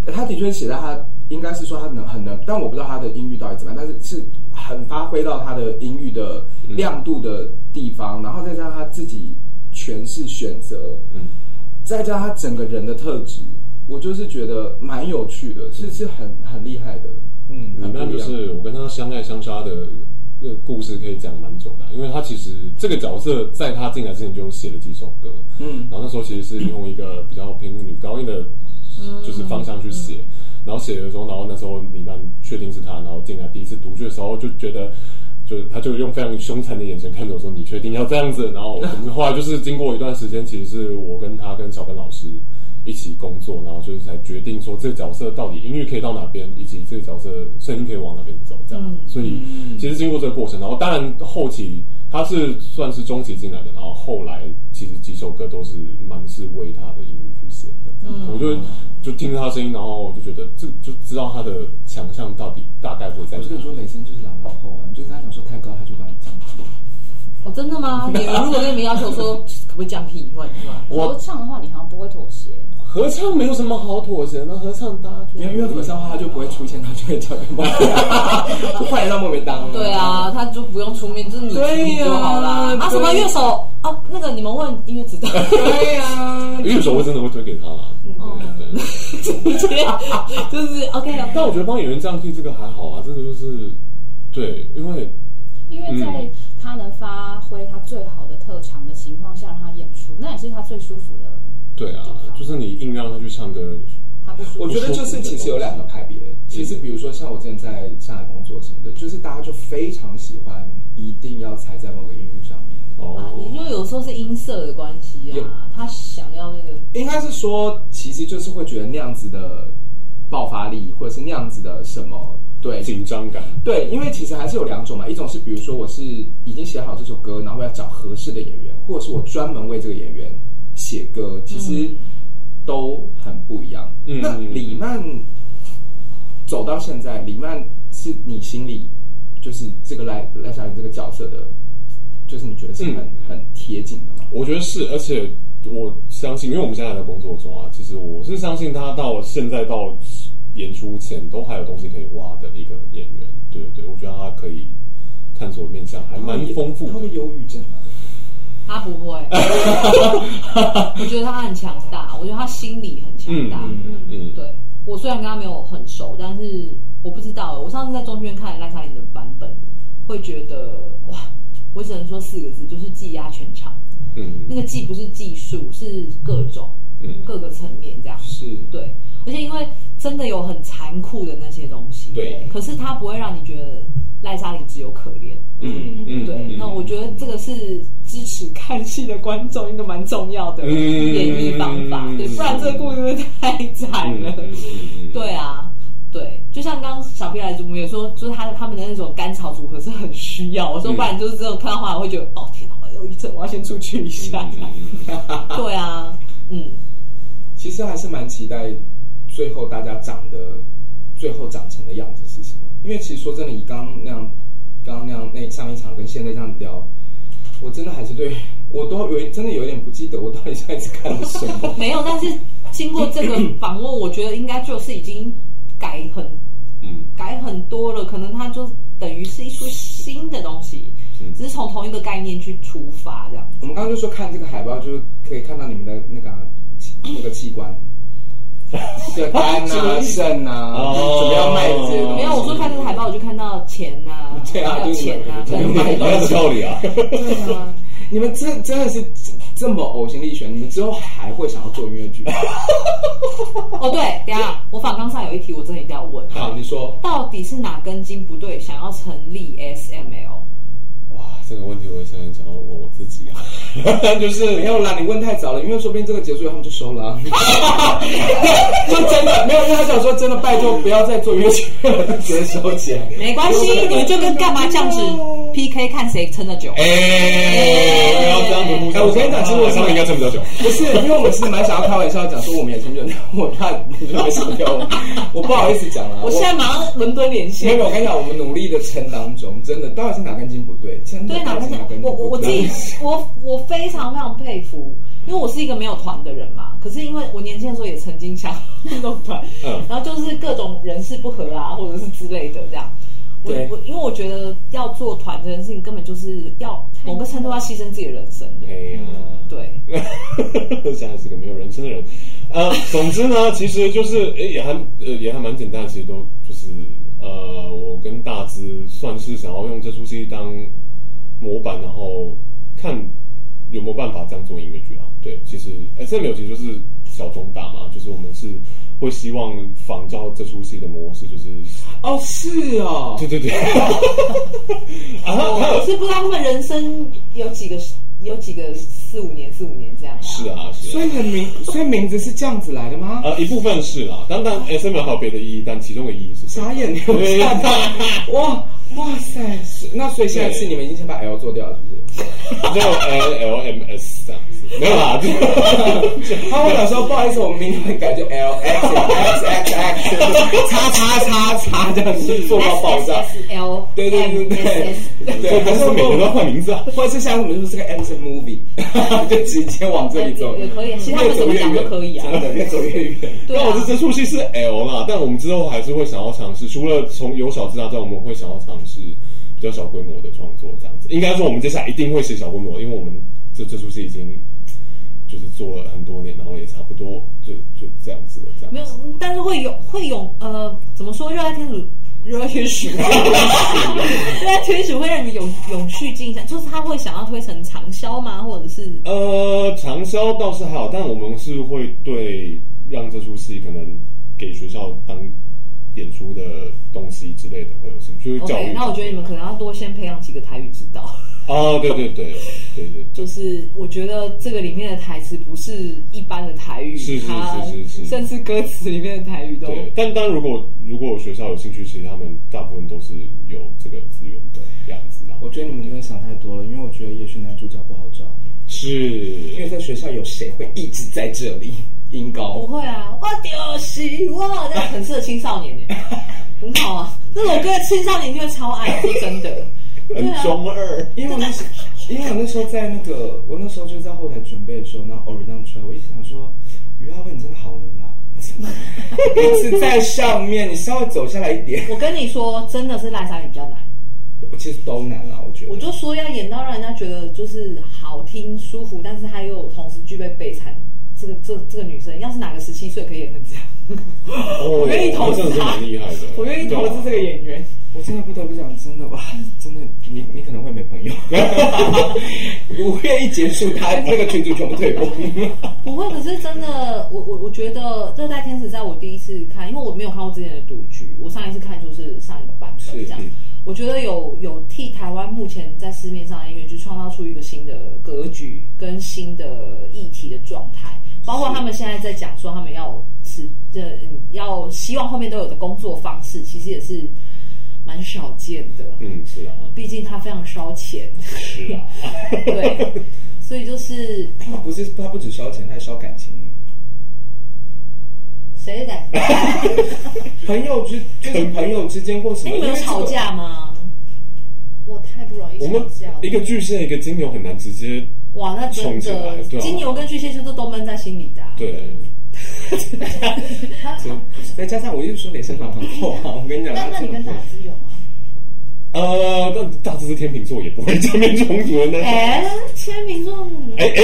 他的确写在他应该是说他能很能，但我不知道他的音域到底怎么样，但是是很发挥到他的音域的亮度的地方，然后再加上他自己诠释选择，嗯再加上他整个人的特质，我就是觉得蛮有趣的，是是很很厉害的。嗯，李很曼不一就样是我跟他相爱相杀的呃故事可以讲蛮久的啊，因为他其实这个角色在他进来之前就写了几首歌，嗯然后那时候其实是用一个比较偏女高音的，就是方向去写。然后写的时候，然后那时候李曼确定是他，然后进来第一次读剧的时候就觉得，就是他就用非常凶残的眼神看着我说：“你确定要这样子？”然后我们后来就是经过一段时间，其实是我跟他跟小芬老师一起工作，然后就是才决定说这个角色到底音域可以到哪边，以及这个角色声音可以往哪边走这样。所以嗯其实经过这个过程，然后当然后期他是算是中期进来的，然后后来其实几首歌都是蛮是为他的音乐去写的。嗯，我就就听着他的声音，然后我就觉得这就知道他的强项到底大概会在哪我就跟你说，雷声就是朗朗后啊，你就跟他讲说太高，他就把你讲。哦，真的吗？ [laughs] 演员如果跟你们要求说可不可以降 key，会是吧？嗯我合唱的话，你好像不会妥协。合唱没有什么好妥协的，合唱大家就因为因为合唱的话，他就不会出现，他就会叫别人不换人让莫梅当了。对啊，，他就不用出面，就是你出嗯对面呀就好啦。啊，对什么乐手？哦，那个你们问音乐 [laughs] 指导，对呀，因为有时候我真的会推给他啦。对对对。直接就是 OK 啊。哦但我觉得帮演员降 key 这个还好啊，这个就是对，因为因为在他能发挥他最好的特长的情况下，让他演出，那也是他最舒服的。对啊，就是你硬让他去唱歌，他不舒服，我觉得就是其实有两个派别，其实比如说像我之前在上海工作什么的，就是大家就非常喜欢一定要踩在某个音域上面。哦，因为啊有时候是音色的关系有啊，他想要那个应该是说，其实就是会觉得那样子的爆发力，或者是那样子的什么，对，紧张感，对，因为其实还是有两种嘛，一种是比如说我是已经写好这首歌，然后要找合适的演员，或者是我专门为这个演员写歌，其实都很不一样。嗯那李曼走到现在，李曼是你心里就是这个赖赖小林这个角色的，就是你觉得是很、嗯很贴近的嘛？我觉得是，而且我相信，因为我们现在还在工作中啊，其实我是相信他到现在到演出前都还有东西可以挖的一个演员，对对对，我觉得他可以探索的面向还蛮丰富他会的。忧郁症吗？他不 [laughs] 会，我觉得他很强大，我觉得他心理很强大。嗯嗯，对我虽然跟他没有很熟，但是我不知道，我上次在中间看赖莎琳的版本，会觉得哇，我只能说四个字，就是技压全场。嗯那嗯个技不是技术，是各种、嗯各个层面这样。是对，而且因为真的有很残酷的那些东西，对可是它不会让你觉得赖莎琳只有可怜。嗯嗯，对，那我觉得这个是支持看戏的观众一个蛮重要的嗯演绎方法，对，不然这个故事会太惨了。嗯对，啊，对，就像刚刚小 P 来主母也说，就是他他们的那种甘草组合是很需要。我说嗯不然就是这种看到话，我会觉得哦天哪，我有抑郁症，我要先出去一下。嗯对啊，嗯，。其实还是蛮期待最后大家长的最后长成的样子是什么，因为其实说真的，以刚刚那样刚刚那样那上一场跟现在这样聊， [laughs] 我真的还是对我都有真的有点不记得我到底上一次看了什么没有，但是经过这个 [coughs] 访问，我觉得应该就是已经改很嗯，改很多了，可能它就等于是一出新的东西，嗯只是从同一个概念去出发这样。我们刚刚就说看这个海报，就是可以看到你们的那个啊器那个器官，对肝啊、肾啊，哦怎么样卖这些东西？没有，我说看这个海报，我就看到钱呐、对啊还有就是钱呐、对对啊对对蛮有道理啊。对啊，你们真真的是这么呕心沥血，你们之后还会想要做音乐剧？ [laughs] 哦，对，等一下我反纲上有一题，我真的一定要问，好，你说，到底是哪根筋不对，想要成立 SML？哇，这个问题我也想想到我我自己啊， [laughs] 就是没有啦，你问太早了，因为说不定这个结束以后他们就收了、啊。就真的没有，因为他想说真的，拜托不要再做音乐剧了，直接收起来。没关系， [laughs] 你们就跟干嘛酱子 PK 看谁撑得久。哎、不要这样子互相。哎我跟你讲其实我上面应该撑比较久。不是，因为我们其实蛮想要开玩笑讲说我们也是人，我怕你们会笑掉我，我不好意思讲了。我现在马上伦敦连没线。有，我跟你讲，我们努力的撑当中，真的到底是哪根筋不对？真的对哪到底根是筋哪根？筋不我对？我我自己，我我非常非常佩服，因为我是一个没有团的人嘛。可是因为我年轻的时候也曾经想 [laughs] 弄团，嗯然后就是各种人事不合啊，或者是之类的这样。我对我因为我觉得要做团这件事情，根本就是要某个程度要牺牲自己的人生的哎。呀，对， [laughs] 现在是个没有人生的人。呃，总之呢，其实就是诶也还呃也还蛮简单的，其实都就是呃，我跟大资算是想要用这出戏当模板，然后看有没有办法这样做音乐剧啊。对，其实 S M 有其实就是小中大嘛，就是我们是会希望仿照这出戏的模式，就是哦，是哦，对对 [laughs] 对，啊，还有我是不知道他们人生有几个有几个四五年四五年这样、啊。是啊是啊，所以你的名，所以名字是这样子来的吗？呃，一部分是啦，当然 S M 还有别的意义，但其中的意义是什么傻眼，你有对吓到？哇哇塞！是那所以现在是你们已经先把 L 做掉了，是就 L L M S 这样子，没有啦，就不是？他会想说，不好意思，我们名字改就 L X X X X 叉叉叉叉这样子做到爆炸。 S L 对对对对 S S 对，对就不还是是每个都要换名字啊。或者是像我们就是这个 M 是 movie，就直接往这里走，也哎可以，其实他越们怎走么越讲远都可以啊。真的越走越远。对那啊我是这出戏是 L 啦，但我们之后还是会想要尝试，除了从由小至大之外，我们会想要尝试比较小规模的创作这样子。应该说，我们接下来一定会写小规模，因为我们这这出戏已经就是做了很多年，然后也差不多就就这样子了，这样子没有，但是会有会有呃，怎么说？热爱天主，热爱天主， [laughs] 热爱天主会让你永永续竞争，就是他会想要推成长销吗？或者是呃，长销倒是还好，但我们是会对让这出戏可能给学校当演出的东西之类的会有兴趣，就是教育。 OK？那我觉得你们可能要多先培养几个台语指导。啊，对对对对对对，就是我觉得这个里面的台词不是一般的台语，是是它是是是甚至歌词里面的台语都对。但当然如果如果学校有兴趣，其实他们大部分都是有这个资源的样子啦。我觉得你们真的想太多了，因为我觉得也许男主角不好找，是因为在学校有谁会一直在这里？音不高，会啊，我就是我，那很适合青少年耶，很好啊。那首歌青少年就会超爱，是真的。很啊中二。因为我那时，因为我那时候在那个，我那时候就在后台准备的时候，然后偶然这样出来，我一直想说，于浩文你真的好人啊，你是在上面，你稍微走下来一点，我跟你说，真的是烂傻眼比较难。我其实都难了，我觉得我。就说要演到让人家觉得就是好听舒服，但是她又同时具备悲惨。这个这这个女生，要是哪个十七岁可以演成这样，哦我愿意投资真的是他蛮厉害的。啊我愿意投资这个演员。我真的不得不讲，真的哇，真的，你你可能会没朋友。 [laughs] 我愿意结束他那个群主全部退我。不会，可是真的，我我我觉得《热带天使》在我第一次看，因为我没有看过之前的独剧，我上一次看就是上一个版本是这样嗯。我觉得有有替台湾目前在市面上的音乐剧创造出一个新的格局跟新的议题的状态，包括他们现在在讲说他们要是呃嗯要希望后面都有的工作方式，其实也是蛮少见的。嗯，是啊，毕竟它非常烧钱，是 [laughs] 啊，对，所以就是他不是他不只烧钱，他还烧感情。谁敢？ [laughs] 朋友之就是朋友之间或什哎、么，你们有因为这个吵？架吗？太不容易我吵们架了。一个巨蟹，一个金牛很难直接哇，那真冲起来的，对啊金牛跟巨蟹是都都闷在心里的、啊。 [laughs] 对。就再加上我一直说雷声朗朗后啊，我跟你讲，那那你嗯跟他哪只有吗？呃，但大致是天秤座也不会正面冲突的那种。哎，天秤座，哎哎，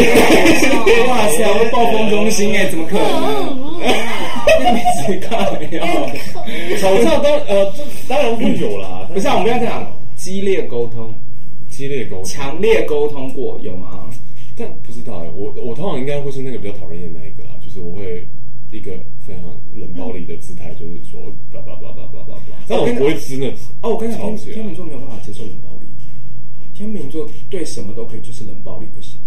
哇塞，我们暴风中心哎，怎么可能？嗯那没谁看呀？啊吵架当呃当然会有啦，不是、啊，我们要讲激烈沟通，激烈沟通，强烈沟通过有吗？但不知道哎、我我通常应该会是那个比较讨人厌的那一个啊，就是我会一个非常冷暴力的姿态，就是说叭叭叭叭叭叭叭，但我不会真的哦，我跟你讲，吵天起天来秤。座没有办法接受冷暴力，天秤座对什么都可以，就是冷暴力不行。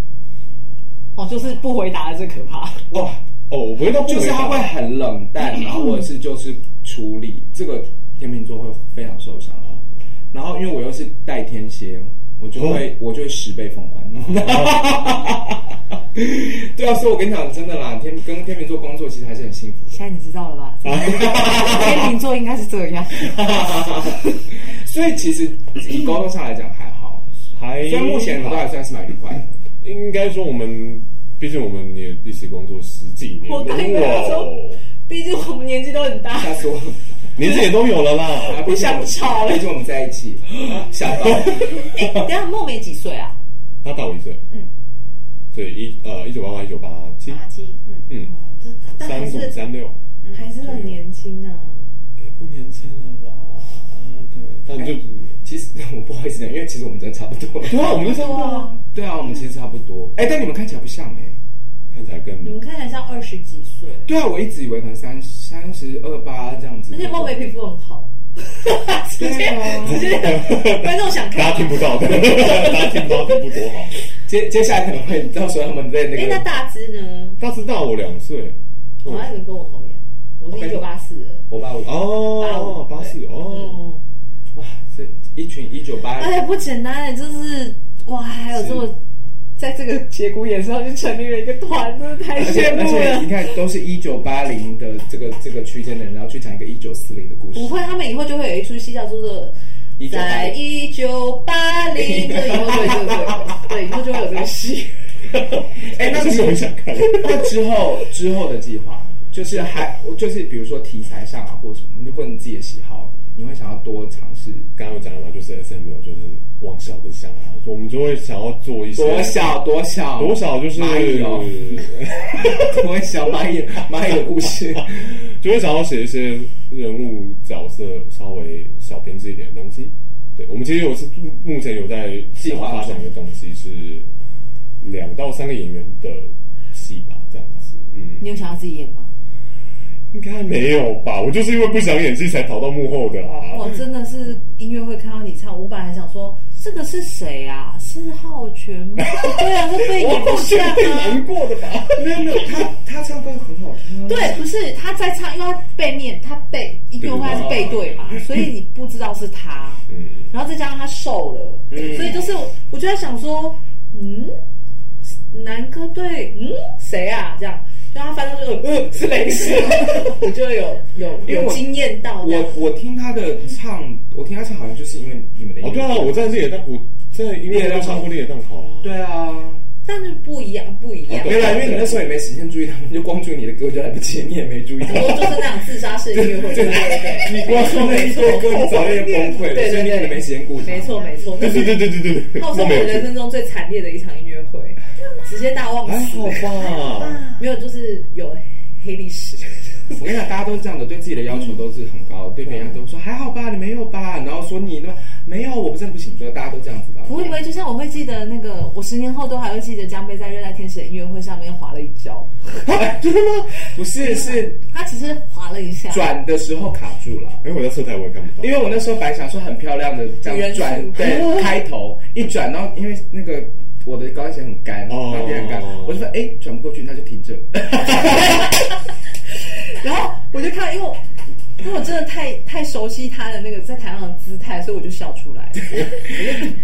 哦，就是不回答的最可怕。哇，哦，我不会到不就是他会很冷淡，然后或者是就是处理这个天秤座会非常受伤哦。然后因为我又是带天蝎，我就会、我就会十倍奉还。 [laughs] 对啊，所以我跟你讲，真的啦，天跟天秤座工作其实还是很幸福的。现在你知道了吧？[laughs] 天秤座应该是这样，所以其实以沟通上来讲还好，还所以目前都还算是蛮愉快的。应该说我们，毕竟我们也一起工作十几年了，我刚刚说哇，哦毕竟我们年纪都很大，吓死我了！ [laughs] [laughs] 年纪也都有了啦，不想吵了毕竟我们在一起，吓到。哎，等一下梦梅几岁啊？ [laughs] 他大我一岁，嗯，所以一呃一九八八一九八七，八七，嗯嗯，哦这但三还五是三六嗯还是很年轻啊。也不年轻了啦，对，但就其实我不好意思讲，因为其实我们真的差不 [laughs] 多。对啊，我们就差不多啊，对啊，我们其实差不多。哎、但你们看起来不像哎、看起来更你们看起来像二十几岁，对啊，我一直以为可能三三十二八这样子。而且梦梅皮肤很好， [laughs] 直对接啊直接观众想看大家吗。听不到的，大家听不到，听不多好。接接下来可能会到时候他们在那哎，那个。大只呢？他知道我两岁，我爱人跟我同年，我是一九八四的。我把我哦，八四哦，哇，这一群一九八，哎，不简单，就是哇，还有这么是在这个节骨眼上就成立了一个团，真的太而羡且而慕且你了。看，都是一九八零的这个这个区间的人，然后去讲一个一九四零的故事不。会，他们以后就会有一出戏叫做做1980在一九八零，就以后会有这个，对，以后就会有这个 [laughs] 戏。哎、那这是我之想看。那之后之后的计划，就是还就是比如说题材上啊，或者什么，就问你自己的喜好，你会想要多尝试刚刚有讲了嘛，就是 S M L 就是往小的想啊，我们就会想要做一些多小多小多少就是蚂蚁哦， [laughs] 多小蚂蚁蚂蚁的故 [laughs] 事。 [laughs] 就会想要写一些人物角色稍微小编制一点的东西。对，我们其实有是目前有在计划发展一个东西是两到三个演员的戏吧，这样子。嗯，你有想要自己演吗？应该没有吧？我就是因为不想演戏才逃到幕后的哦我嗯啊。哦真的是音乐会看到你唱，我本来还想说这个是谁啊？是浩泉吗？不对啊，这被演不我觉像得挺难啊。过的吧？没有没有，他他唱歌很好听啊。对，不是他在唱，因为他背面他背音乐会他是背对嗯嘛，所以你不知道是他。嗯，然后再加上他瘦了，嗯所以就是我我就在想说，嗯，南哥对，嗯，谁啊？这样，然后他翻到这个，嗯，是雷 [laughs] 神，我就有有因为有我惊艳到这样我我听他的唱，我听他唱好像就是因为你们的音哦乐。对啊，我在猎蛋，我在音乐都唱过猎蛋考啊。对啊，但是不一样，不一样。哎没来，因为你那时候也没时间注意他们，就光注意你的歌就来不及，你也没注意他们。我就是那种自杀 [laughs] 式音乐会，对对对，你光说那一首啊歌，你早就崩溃对对了，对所以你也没时间顾他。没错没错，对对对对对对对，号都称我没有人生中最惨烈的一场音乐会，直接大忘还词好，吧？没有就是有黑历 [laughs] 史，我跟你讲，大家都是这样的，对自己的要求都是很高，嗯对别人都说还好吧，你没有吧，然后说你那没有，我不真的不行，说大家都这样子吧。不会不会，就像我会记得那个，我十年后都还会记得江贝在《热带天使》的音乐会上面滑了一跤，啊 [laughs] 真的吗？不是，是他只是滑了一下，转的时候卡住了。哎，我在侧台我也看不到，因为我那时候本来想说很漂亮的这样转， [laughs] 对，开头一转，然后因为那个我的高跟鞋很干，然哦后有点干，我就说哎转不过去，那就停这。然后我就看，因为我因为我真的太太熟悉他的那个在台上的姿态，所以我就笑出来。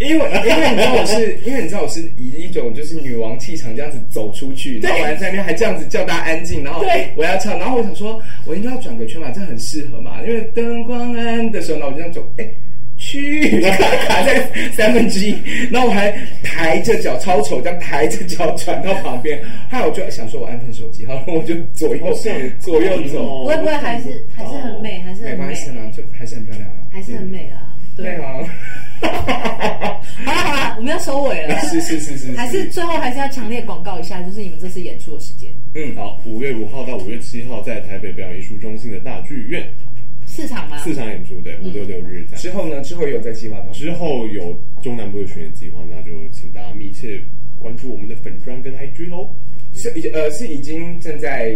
因为因为你知道我 [laughs] 是，因为你知道我是以一种就是女王气场这样子走出去，然后完在那边还这样子叫大家安静，然后对我要唱，然后我想啊说我应该要转个圈嘛，这很适合嘛，因为灯光暗的时候，那我就这样走，哎。去去， [laughs] 然后卡在三分之一，然后我还抬着脚，超丑，这样抬着脚转到旁边，后来我就想说，我按分手机，然后我就左哦右左右走，不会不会，还是还是很美，还是哦没很关系美，啦，就还是很漂亮啊，还是很美啊。对对，啊，好了好了，我们要收尾了， [laughs] 是是是是，还是最后还是要强烈广告一下，就是你们这次演出的时间嗯，好，五月五号到五月七号在台北表演艺术中心的大剧院四场吗？四场演出，对，五六六日这样。之后呢？之后有在计划当中，之后有中南部的巡演计划，那就请大家密切关注我们的粉砖跟 IG 喽。是已呃是已经正在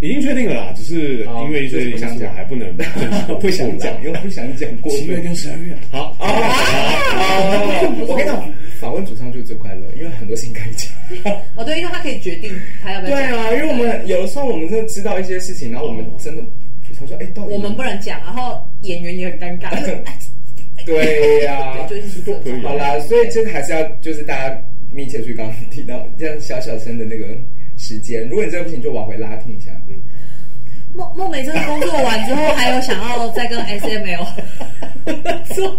已经确定了啦，只是哦因为一些因素我还不 [laughs] 能正式公布不想讲，又不想讲过七月分跟十二月，好，哦，我跟你讲，访问主唱就是最快乐，因为很多事情可以讲。哦，对，因为他可以决定他要不要对讲，啊，因为我们有的时候我们真的知道一些事情，然后我们真的他说，哎，到底我们不能讲，然后演员也很尴尬，就是哎对呀对，就是这种嗯好啦，所以就是还是要就是大家密切注意刚刚提到这样小小声的那个时间，如果你真的不行，就往回拉听一下。嗯，梦梦梅这次工作完之后，还有想要再跟 S M [laughs] L 做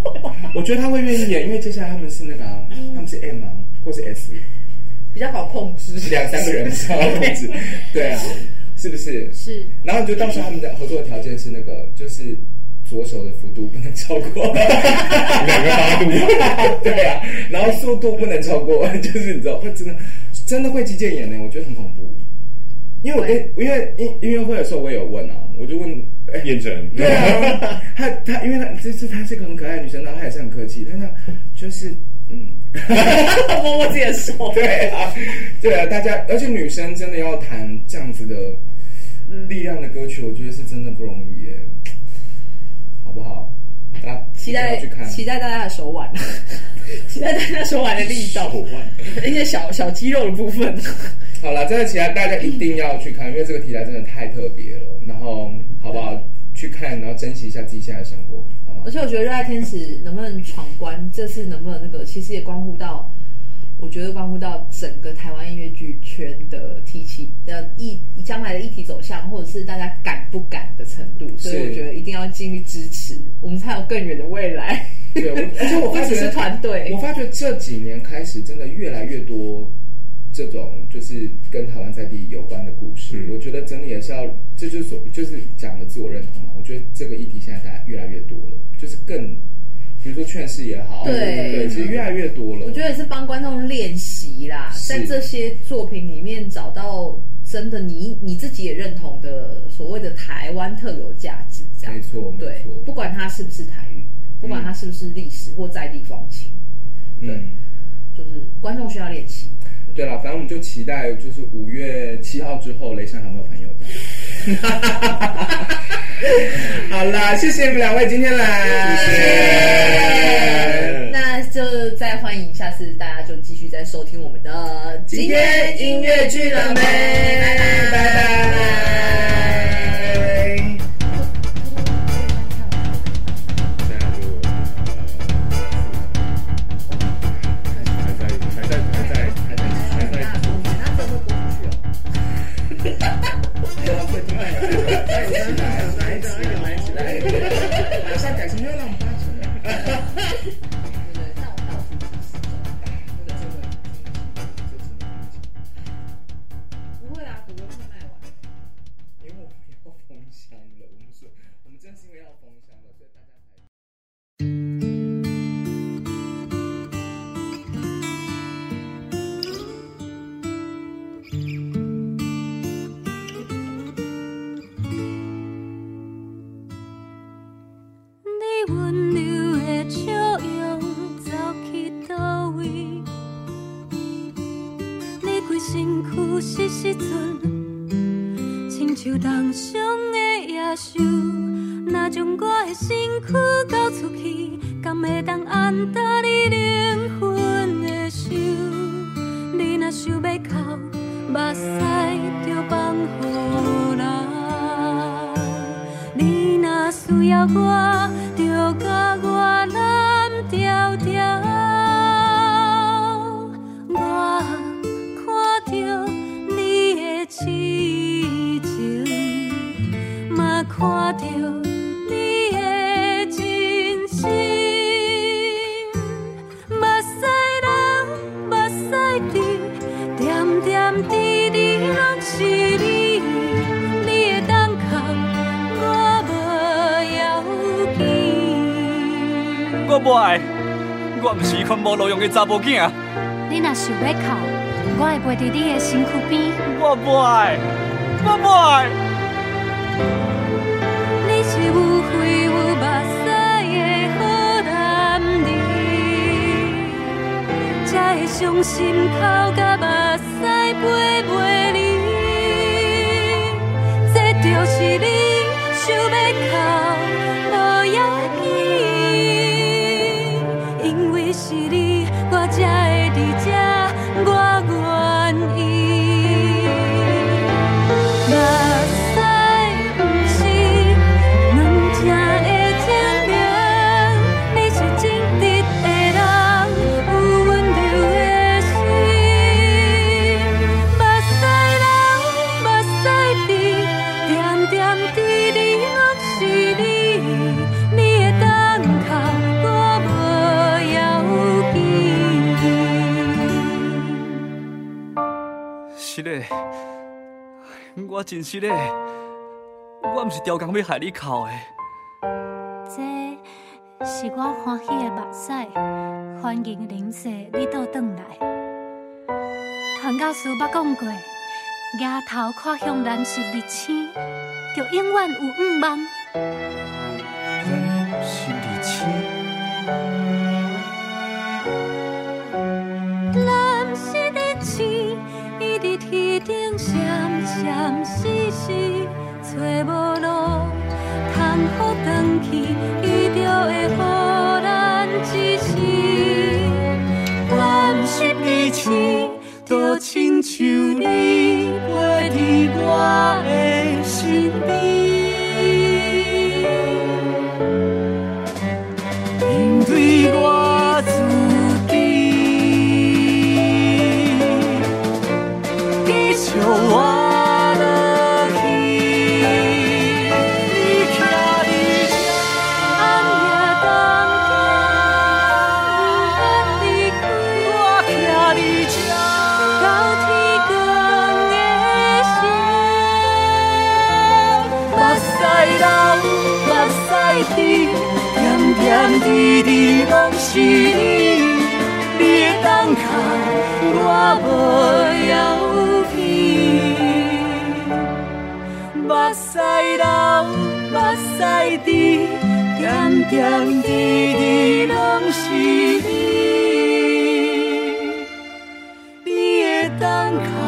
我觉得他会愿意演，因为接下来他们是那个啊，他们是 M 啊，或是 S。比较好控制，两三 [laughs] 个人这样子， [laughs] 对啊，是不是？是然后就到时候他们的合作的条件是那个，就是左手的幅度不能超过两个八度， [laughs] 对啊，然后速度不能超过， [laughs] 就是你知道，会真的真的会击剑眼呢，我觉得很恐怖。因为我跟因为音音乐会的时候我也有问啊，我就问，哎、验证，对啊， [laughs] 她她因为她这次她是个很可爱的女生，然后她也是很客气，但是就是嗯。摸摸自己的手，对啊， [laughs] 对啊，大家，而且女生真的要弹这样子的嗯力量的歌曲，我觉得是真的不容易耶，好不好？大家期一待定要去看，期待大家的手腕， [laughs] 期待大家手腕的力道，一些小小肌肉的部分。好了，真的期待大家一定要 [laughs] 去看，因为这个题材真的太特别了。然后，好不好？去看，然后珍惜一下自己现在的生活，好吗而？且 [laughs] 我觉得《热爱天使》能不能闯关，这次能不能那个，其实也关乎到，我觉得关乎到整个台湾音乐剧圈的提起的议将来的议题走向，或者是大家敢不敢的程度。所以是我觉得一定要尽力支持，我们才有更远的未来。 [laughs] 对，我而且我 [laughs] 不发只觉是团队我，发觉这几年开始，真的越来越多这种就是跟台湾在地有关的故事。嗯我觉得真的也是要，这就是所就是讲的自我认同嘛。我觉得这个议题现在大家越来越多了，就是更比如说劝世也好，对对，其实越来越多了。我觉得也是帮观众练习啦，是在这些作品里面找到真的你你自己也认同的所谓的台湾特有价值，这样没错，没对，不错，管它是不是台语，不管它是不是历史或在地风情，嗯。就是观众需要练习。对了，反正我们就期待，就是五月七号之后，雷山还有没有朋友 [laughs] 这样好啦，谢谢你们两位今天来，谢那就再欢迎下次大家就继续再收听我们的今天音乐剧了没？拜拜。现在就还在还在还 [laughs] 啊在还在还在那我们那这会播出去哦。马上改成热浪八成。对那我那我自己试试对对对不会啊，古筝会卖完。因为我们要封箱了，我们说我们正是因为要封箱了，所以大家才。你温柔的笑容走去倒位？你规身躯是时阵，亲像重伤的野兽，若将我的身躯交出去，敢会当安搭你灵魂的手？你若想要哭，目屎就放予人。你若需要我，就甲我揽条条。我看着你的痴情，嘛看着你的真心。无爱，我毋是迄款无路用的查甫囝，啊你若想要哭，我会陪伫你的身躯边。我无爱，我无爱。你是有血有目屎的好男儿，才会伤心哭甲目屎飞袂离。这就是你想要哭无要紧，因为是你，我才会伫这，我愿意。目屎不是两只的证明，你是真直的人，有温柔的心。目屎流，目屎滴，点点滴滴拢是你，你会当哭，我无要紧。是嘞，我真是嘞，我毋是超工要害你哭的。这是我欢喜的目屎，欢迎林雪你倒转来。传教士捌讲过，抬头看向南是日星，就永远有希望。是李青，蓝色的星，伊伫天顶闪闪烁烁，找无路，通好返去，伊就会予咱一世。蓝色的星，就亲像你陪伫我的身边。因为我自己，你笑我落去，你徛伫这暗夜当中，不愿离开，我徛伫这到天光的时，目屎流。目屎滴，点点滴滴拢是你。你会当哭，我无要紧。目屎流，目屎滴，点点滴滴拢是你。你会当哭，